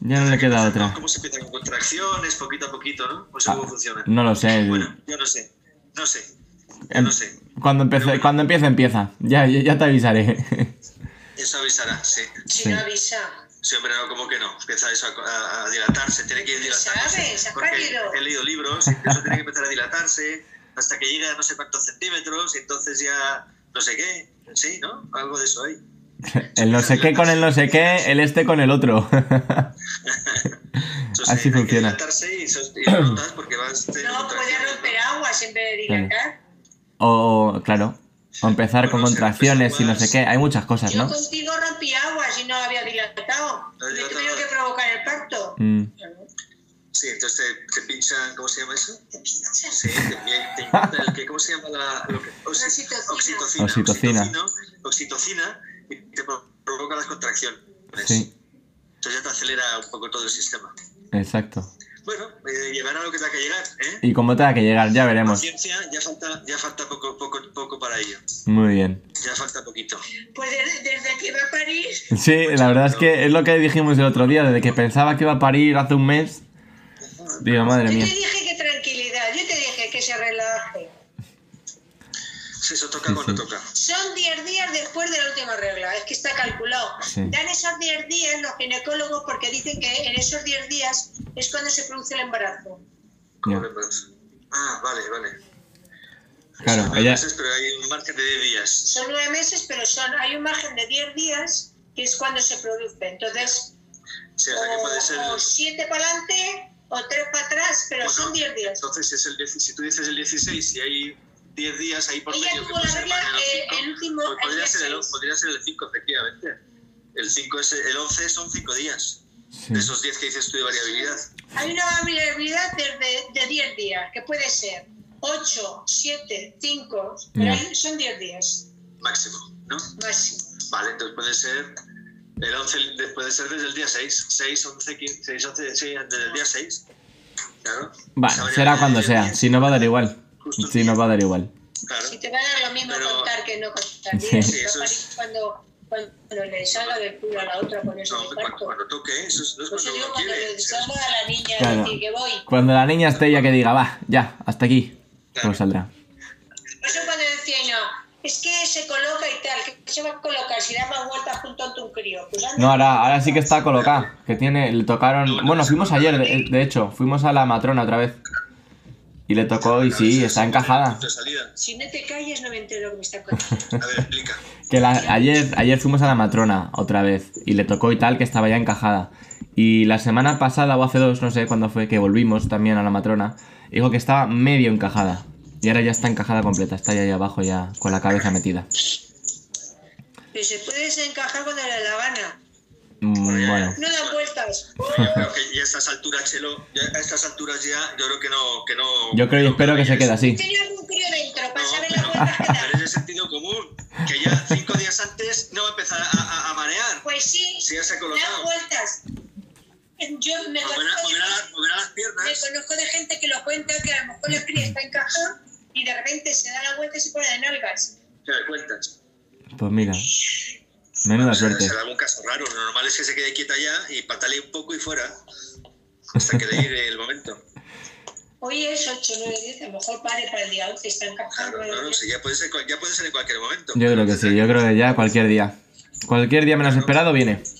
Speaker 1: Ya no le queda otra. Ah,
Speaker 3: ¿Cómo se empieza con contracciones, poquito a poquito, no? No sé cómo funciona.
Speaker 1: No lo sé.
Speaker 3: Bueno, yo no sé. No sé. Yo
Speaker 1: Em-
Speaker 3: no sé.
Speaker 1: Cuando, empiece, cuando empiece, empieza. Ya, ya, ya te avisaré.
Speaker 3: Eso avisará, sí.
Speaker 2: Si
Speaker 1: Sí.
Speaker 2: no avisa.
Speaker 3: Sí, hombre, no, ¿cómo que no? Empieza eso a, a- a dilatarse, tiene que ir dilatándose.
Speaker 2: ¿Sabes? Has
Speaker 3: Porque
Speaker 2: perdido.
Speaker 3: he leído libros, incluso tiene que empezar a dilatarse hasta que llega a no sé cuántos centímetros y entonces ya no sé qué. Sí, ¿no? Algo de eso hay.
Speaker 1: El no sé qué con el no sé qué, el este con el otro.
Speaker 3: Eso
Speaker 1: Así
Speaker 3: hay que
Speaker 1: funciona.
Speaker 3: dilatarse y, sos- y lo notas porque vas... te-
Speaker 2: No, puede
Speaker 3: contracciones,
Speaker 2: romper agua siempre de dilatar.
Speaker 1: O, claro, o empezar con contracciones y no sé qué. Hay muchas cosas,
Speaker 2: Yo
Speaker 1: ¿no?
Speaker 2: contigo rompí agua si no había dilatado.
Speaker 3: No
Speaker 2: Me
Speaker 3: dilataba.
Speaker 2: tuvieron que provocar el parto.
Speaker 1: Mm,
Speaker 3: Sí, entonces te, te pinchan, ¿cómo se llama eso? Sí, te, te inyectan el que, ¿cómo se llama la, lo que, Oh,
Speaker 2: Oxitocina.
Speaker 3: oxitocina,
Speaker 1: Oxitocina.
Speaker 3: oxitocino- oxitocina y te pro- provoca las contracciones.
Speaker 1: sí,
Speaker 3: Entonces ya te acelera un poco todo el sistema.
Speaker 1: exacto.
Speaker 3: Bueno, eh, llevará lo que tenga que llegar, ¿eh?
Speaker 1: ¿Y cómo tenga que llegar? Ya veremos.
Speaker 3: Paciencia, ya falta, ya falta poco, poco, poco para ello.
Speaker 1: Muy bien.
Speaker 3: Ya falta poquito.
Speaker 2: Pues de- desde que va a París,
Speaker 1: Sí, la verdad es que es lo que dijimos el otro día, desde que pensaba que iba a parir hace un mes. Digo, madre
Speaker 2: yo te
Speaker 1: mía.
Speaker 2: dije que tranquilidad, yo te dije que se relaje.
Speaker 3: Sí, Eso toca cuando toca.
Speaker 2: Son 10 días después de la última regla, es que está calculado.
Speaker 1: Sí.
Speaker 2: Dan esos 10 días los ginecólogos porque dicen que en esos 10 días es cuando se produce el embarazo.
Speaker 3: ¿Cómo
Speaker 1: Ya.
Speaker 3: lo ves? Ah, vale, vale.
Speaker 1: Claro,
Speaker 3: Son
Speaker 1: ella-
Speaker 3: meses, Pero hay un margen de 10 días.
Speaker 2: Son nueve meses, pero son, hay un margen de 10 días que es cuando se produce. Entonces,
Speaker 3: Sí, o sea, que puede ser...
Speaker 2: o siete para adelante o tres para atrás, pero
Speaker 3: Bueno,
Speaker 2: son 10 días.
Speaker 3: Entonces, es el, 10 si tú dices el 16, si hay 10 días ahí por
Speaker 2: Ella
Speaker 3: medio, que
Speaker 2: tuvo
Speaker 3: puede
Speaker 2: la
Speaker 3: ser
Speaker 2: regla
Speaker 3: mañana
Speaker 2: eh,
Speaker 3: cinco,
Speaker 2: el último
Speaker 3: pues
Speaker 2: el
Speaker 3: podría,
Speaker 2: día
Speaker 3: ser el,
Speaker 2: seis.
Speaker 3: podría ser el 5, efectivamente. El, 5 es, el 11 son 5 días,
Speaker 1: Sí.
Speaker 3: de esos 10 que dices tú de variabilidad.
Speaker 2: Hay una variabilidad de, de, de 10 días, que puede ser 8, 7, 5, pero
Speaker 1: Ya.
Speaker 2: ahí son 10 días
Speaker 3: máximo, ¿no?
Speaker 2: máximo.
Speaker 3: Vale, entonces puede ser el 11, de- puede ser desde el día 6, 6, 11, 15, 6, 11, sí, desde el día 6. Claro.
Speaker 1: Vale,
Speaker 3: Sabría
Speaker 1: será
Speaker 3: que
Speaker 1: cuando
Speaker 3: desde el
Speaker 1: sea.
Speaker 3: día-
Speaker 1: Si no va a dar igual.
Speaker 3: Justo.
Speaker 1: Si nos va a dar igual.
Speaker 3: Claro.
Speaker 2: Si te va a dar lo mismo
Speaker 3: Pero-
Speaker 2: contar que no contar.
Speaker 1: Sí.
Speaker 2: Mira,
Speaker 3: Sí, eso es-
Speaker 2: París cuando, cuando le salga del culo a la otra con eso
Speaker 3: No,
Speaker 2: de
Speaker 3: cuando,
Speaker 2: parto.
Speaker 3: cuando toque, eso es, no es
Speaker 2: Pues yo
Speaker 3: cuando
Speaker 2: digo
Speaker 3: uno
Speaker 2: cuando
Speaker 3: quiere.
Speaker 2: le salga a la niña
Speaker 1: Claro.
Speaker 2: decir que voy.
Speaker 1: Cuando la niña esté ya que diga, va, ya, hasta aquí.
Speaker 3: Claro.
Speaker 1: Pues saldrá.
Speaker 2: Eso Pues cuando decía no, es que se coloca y tal, que se va a colocar si da más vueltas junto a tu crío. Pues anda,
Speaker 1: No, ahora, ahora sí que está colocada. Que tiene, le tocaron. Bueno, fuimos ayer, de, de hecho, fuimos a la matrona otra vez. Y le tocó y sí, está encajada.
Speaker 3: De salida.
Speaker 2: Si no te calles no me entero lo que me está contando.
Speaker 3: A ver, explica.
Speaker 1: Que la- ayer, ayer fuimos a la matrona otra vez y le tocó y tal que estaba ya encajada. Y la semana pasada o hace dos, no sé cuándo fue, que volvimos también a la matrona, dijo que estaba medio encajada. Y ahora ya está encajada completa, está ya ahí abajo ya con la cabeza metida.
Speaker 2: Pero se puede desencajar cuando le da la gana.
Speaker 1: Mm, Bueno,
Speaker 2: No da vueltas.
Speaker 3: Yo creo que ya a estas alturas, Chelo, ya a estas alturas ya, yo creo que no. Que no
Speaker 1: yo creo y
Speaker 3: no
Speaker 1: espero que se
Speaker 3: vayas.
Speaker 1: quede así.
Speaker 2: Pues Tenía algún crío dentro para
Speaker 3: No,
Speaker 2: saber las
Speaker 3: pero,
Speaker 2: vueltas que da.
Speaker 3: pero es de sentido común, que ya cinco días antes no va a empezar a, a, a marear.
Speaker 2: Pues sí,
Speaker 3: Si ya se ha
Speaker 2: da
Speaker 3: colocado.
Speaker 2: vueltas. Yo me
Speaker 3: Moverá,
Speaker 2: conozco,
Speaker 3: moverá,
Speaker 2: de,
Speaker 3: las- moverá las
Speaker 2: me
Speaker 3: piernas.
Speaker 2: conozco de gente que lo cuenta que a lo mejor el crío está encajado y de repente se da la vuelta y se pone de nalgas.
Speaker 3: Te das cuentas.
Speaker 1: Pues mira, menuda
Speaker 3: Será-
Speaker 1: suerte.
Speaker 3: Será algún caso raro. Lo normal es que se quede quieta ya y patalee un poco y fuera. Hasta que le llegue el momento.
Speaker 2: Hoy es 8, 9, 10, a lo mejor pare para el día 11, está encajado.
Speaker 3: Claro, no, no, sí, ya, puede ser, cu- ya puede ser en cualquier momento.
Speaker 1: Yo creo que sí, yo creo que ya cualquier día. Cualquier día menos esperado viene.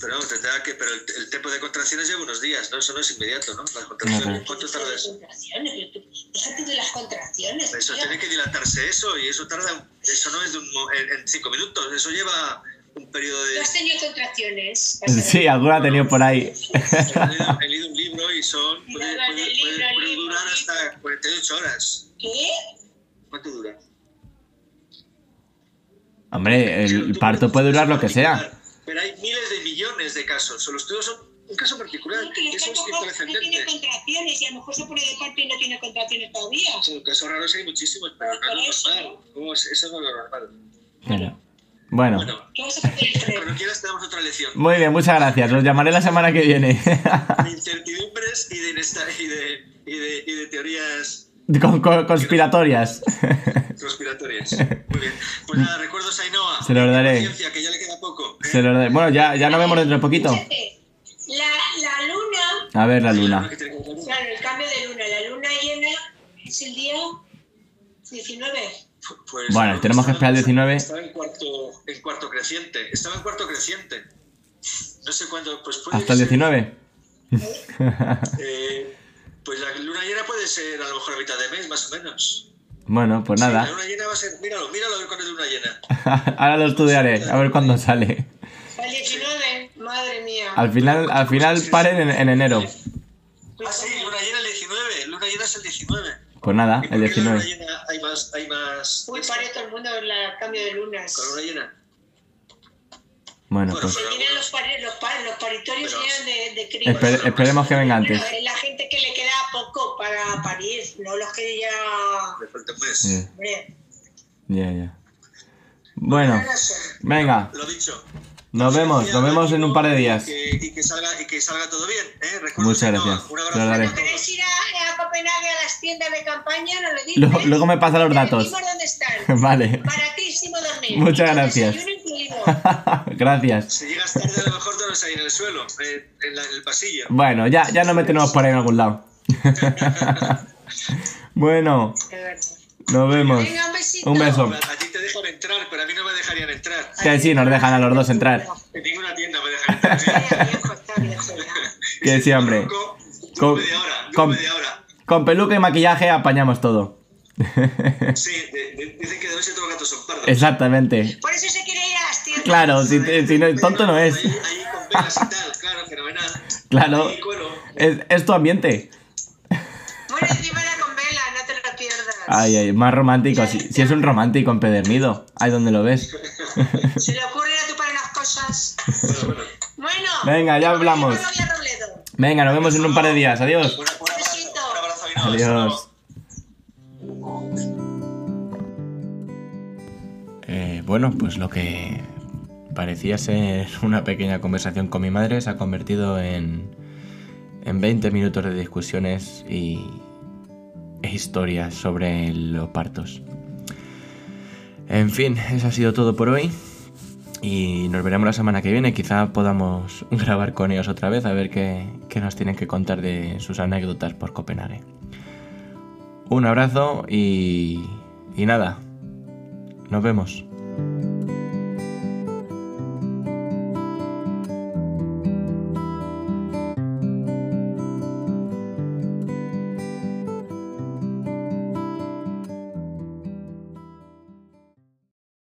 Speaker 3: Pero, no, tendrá que, pero el, el tiempo de contracciones lleva unos días, ¿no? Eso no es inmediato, ¿no? Las contracciones,
Speaker 1: Ajá.
Speaker 3: ¿cuánto tarda eso?
Speaker 2: Contracciones, yo te- Déjate de las contracciones.
Speaker 3: Eso
Speaker 2: tía.
Speaker 3: tiene que dilatarse eso y eso tarda, eso no es de un mo- en, en cinco minutos, eso lleva un periodo de...
Speaker 2: ¿Tú has tenido contracciones?
Speaker 1: Sí, alguna ha tenido por ahí.
Speaker 3: He leído, he leído un libro y son...
Speaker 2: Y
Speaker 3: Puede,
Speaker 2: nada,
Speaker 3: puede-
Speaker 2: el libro,
Speaker 3: puede-
Speaker 2: el
Speaker 3: puede
Speaker 2: libro,
Speaker 3: durar
Speaker 2: el
Speaker 3: hasta 48 horas.
Speaker 2: ¿Qué?
Speaker 3: ¿Cuánto dura?
Speaker 1: Hombre, el parto puede durar lo que sea.
Speaker 3: Pero hay miles de millones de casos. Los tuyos son un caso particular.
Speaker 2: Sí, que le
Speaker 3: Eso es
Speaker 2: está tocando, no tiene
Speaker 3: trascendente.
Speaker 2: contracciones y a lo mejor se pone de parte y no tiene contracciones todavía.
Speaker 3: O sea, Casos raros hay muchísimos, pero no es lo
Speaker 2: Por eso.
Speaker 3: normal. ¿Cómo es? Eso no es lo normal.
Speaker 1: Claro. Bueno,
Speaker 3: Bueno,
Speaker 2: ¿Qué vas a hacer?
Speaker 3: cuando quieras te damos otra lección.
Speaker 1: muy bien, muchas gracias. Los llamaré la semana que viene.
Speaker 3: De incertidumbres y de, inesta- y de, y de, y de teorías
Speaker 1: Con- con- conspiratorias.
Speaker 3: conspiratorias. Muy bien. Pues nada, recuerdos a Ainhoa.
Speaker 1: Se los daré.
Speaker 3: Paciencia, que ya le queda poco. ¿eh?
Speaker 1: Se lo de- Bueno, ya, ya nos vemos dentro de poquito.
Speaker 2: Fíjate, La, la luna,
Speaker 1: A ver la luna.
Speaker 3: Que tiene que contar.
Speaker 2: claro, el cambio de luna, la luna llena es el día 19.
Speaker 3: Pues,
Speaker 1: Bueno,
Speaker 3: no,
Speaker 1: tenemos que
Speaker 3: estaba-
Speaker 1: esperar el 19.
Speaker 3: Estaba en cuarto, en cuarto creciente. Estaba en cuarto creciente. No sé cuándo. Pues puede
Speaker 1: Hasta el
Speaker 3: ser,
Speaker 1: 19.
Speaker 3: eh, pues la luna llena puede ser a lo mejor a mitad de mes, más o menos.
Speaker 1: Bueno, pues
Speaker 3: Sí,
Speaker 1: nada.
Speaker 3: la luna llena va a ser. Míralo, míralo a ver cuándo es luna llena.
Speaker 1: Ahora lo estudiaré, a ver cuándo sale.
Speaker 2: El 19, madre mía.
Speaker 1: Al final, al final paren en, en enero.
Speaker 2: Pues,
Speaker 3: Ah, sí, luna llena el 19. Luna llena es el 19.
Speaker 1: Pues nada,
Speaker 3: ¿Y por
Speaker 1: el
Speaker 3: qué la
Speaker 1: 19.
Speaker 3: luna llena hay más. Hay más
Speaker 2: Uy, pare todo el mundo el cambio de lunas.
Speaker 3: con luna llena?
Speaker 1: Bueno,
Speaker 3: Bueno,
Speaker 1: pues
Speaker 2: Se vienen los, pari- los, pa- los paritorios
Speaker 3: Pero-
Speaker 2: llegan de, de críos.
Speaker 1: esper- esperemos que venga
Speaker 2: Bueno,
Speaker 1: antes.
Speaker 2: es la gente que le queda poco para parir, no los que ya.
Speaker 3: Me falta un mes.
Speaker 1: Ya,
Speaker 2: Hombre,
Speaker 1: ya, ya. Bueno,
Speaker 2: no sé.
Speaker 1: venga,
Speaker 3: Lo dicho.
Speaker 1: nos vemos, nos vemos en un par de días.
Speaker 3: Y que, y que salga, y que salga todo bien. ¿eh? Recuerda
Speaker 1: Muchas
Speaker 3: que no,
Speaker 1: gracias.
Speaker 3: Un
Speaker 1: Lo daré.
Speaker 2: Cuando
Speaker 3: abrazo.
Speaker 2: queréis ir a, a Copenhague a las tiendas de campaña, nos lo dices.
Speaker 1: Luego, luego me pasa los
Speaker 2: Te
Speaker 1: datos.
Speaker 2: decimos dónde están.
Speaker 1: Vale,
Speaker 2: Baratísimo dormir.
Speaker 1: Muchas
Speaker 2: Con
Speaker 1: gracias.
Speaker 2: desayuno incluido.
Speaker 1: gracias.
Speaker 3: Si llegas tarde, a lo mejor te vas ahí en el suelo, eh, en, la- en el pasillo.
Speaker 1: Bueno, ya, ya nos metemos por ahí en algún lado. bueno, nos vemos.
Speaker 2: Venga, un besito.
Speaker 1: Un beso.
Speaker 3: Allí te dejan entrar, pero a mí no me dejarían entrar.
Speaker 1: Que sí, nos dejan a los dos entrar.
Speaker 3: En ninguna tienda me dejan entrar. ¿eh?
Speaker 2: Está viejo, pues está viejo ya.
Speaker 1: Que sí, hombre.
Speaker 3: Con,
Speaker 1: Con-
Speaker 3: media hora, con,
Speaker 1: con-
Speaker 3: media hora.
Speaker 1: Con peluca y maquillaje apañamos todo.
Speaker 3: Sí, de- de- dicen que de noche todos los gatos son pardos.
Speaker 1: Exactamente.
Speaker 2: Por eso se quiere ir a las tiendas.
Speaker 1: Claro, si, te- si no, tonto no es.
Speaker 3: Ahí, ahí con velas y tal, claro, fenomenal.
Speaker 4: Claro.
Speaker 3: Y cuero.
Speaker 4: Es, es tu ambiente.
Speaker 2: Bueno, llévala con vela, no te lo pierdas.
Speaker 4: Ay, ay, más romántico. Si, si es un romántico empedernido, ahí donde lo ves.
Speaker 2: Se le ocurren a tu padre unas cosas.
Speaker 3: Bueno, bueno.
Speaker 2: Bueno.
Speaker 4: Venga, ya
Speaker 2: me voy a
Speaker 4: hablamos.
Speaker 2: Colombia, Robledo.
Speaker 4: Venga, nos vemos en un par de días. Adiós.
Speaker 3: Un, un abrazo, un abrazo y nos
Speaker 4: Adiós.
Speaker 1: Eh, bueno, pues lo que parecía ser una pequeña conversación con mi madre se ha convertido en, en 20 minutos de discusiones y, e historias sobre los partos. En fin, eso ha sido todo por hoy. Y nos veremos la semana que viene. Quizá podamos grabar con ellos otra vez a ver qué, qué nos tienen que contar de sus anécdotas por Copenhague. Un abrazo y, y nada. Nos vemos.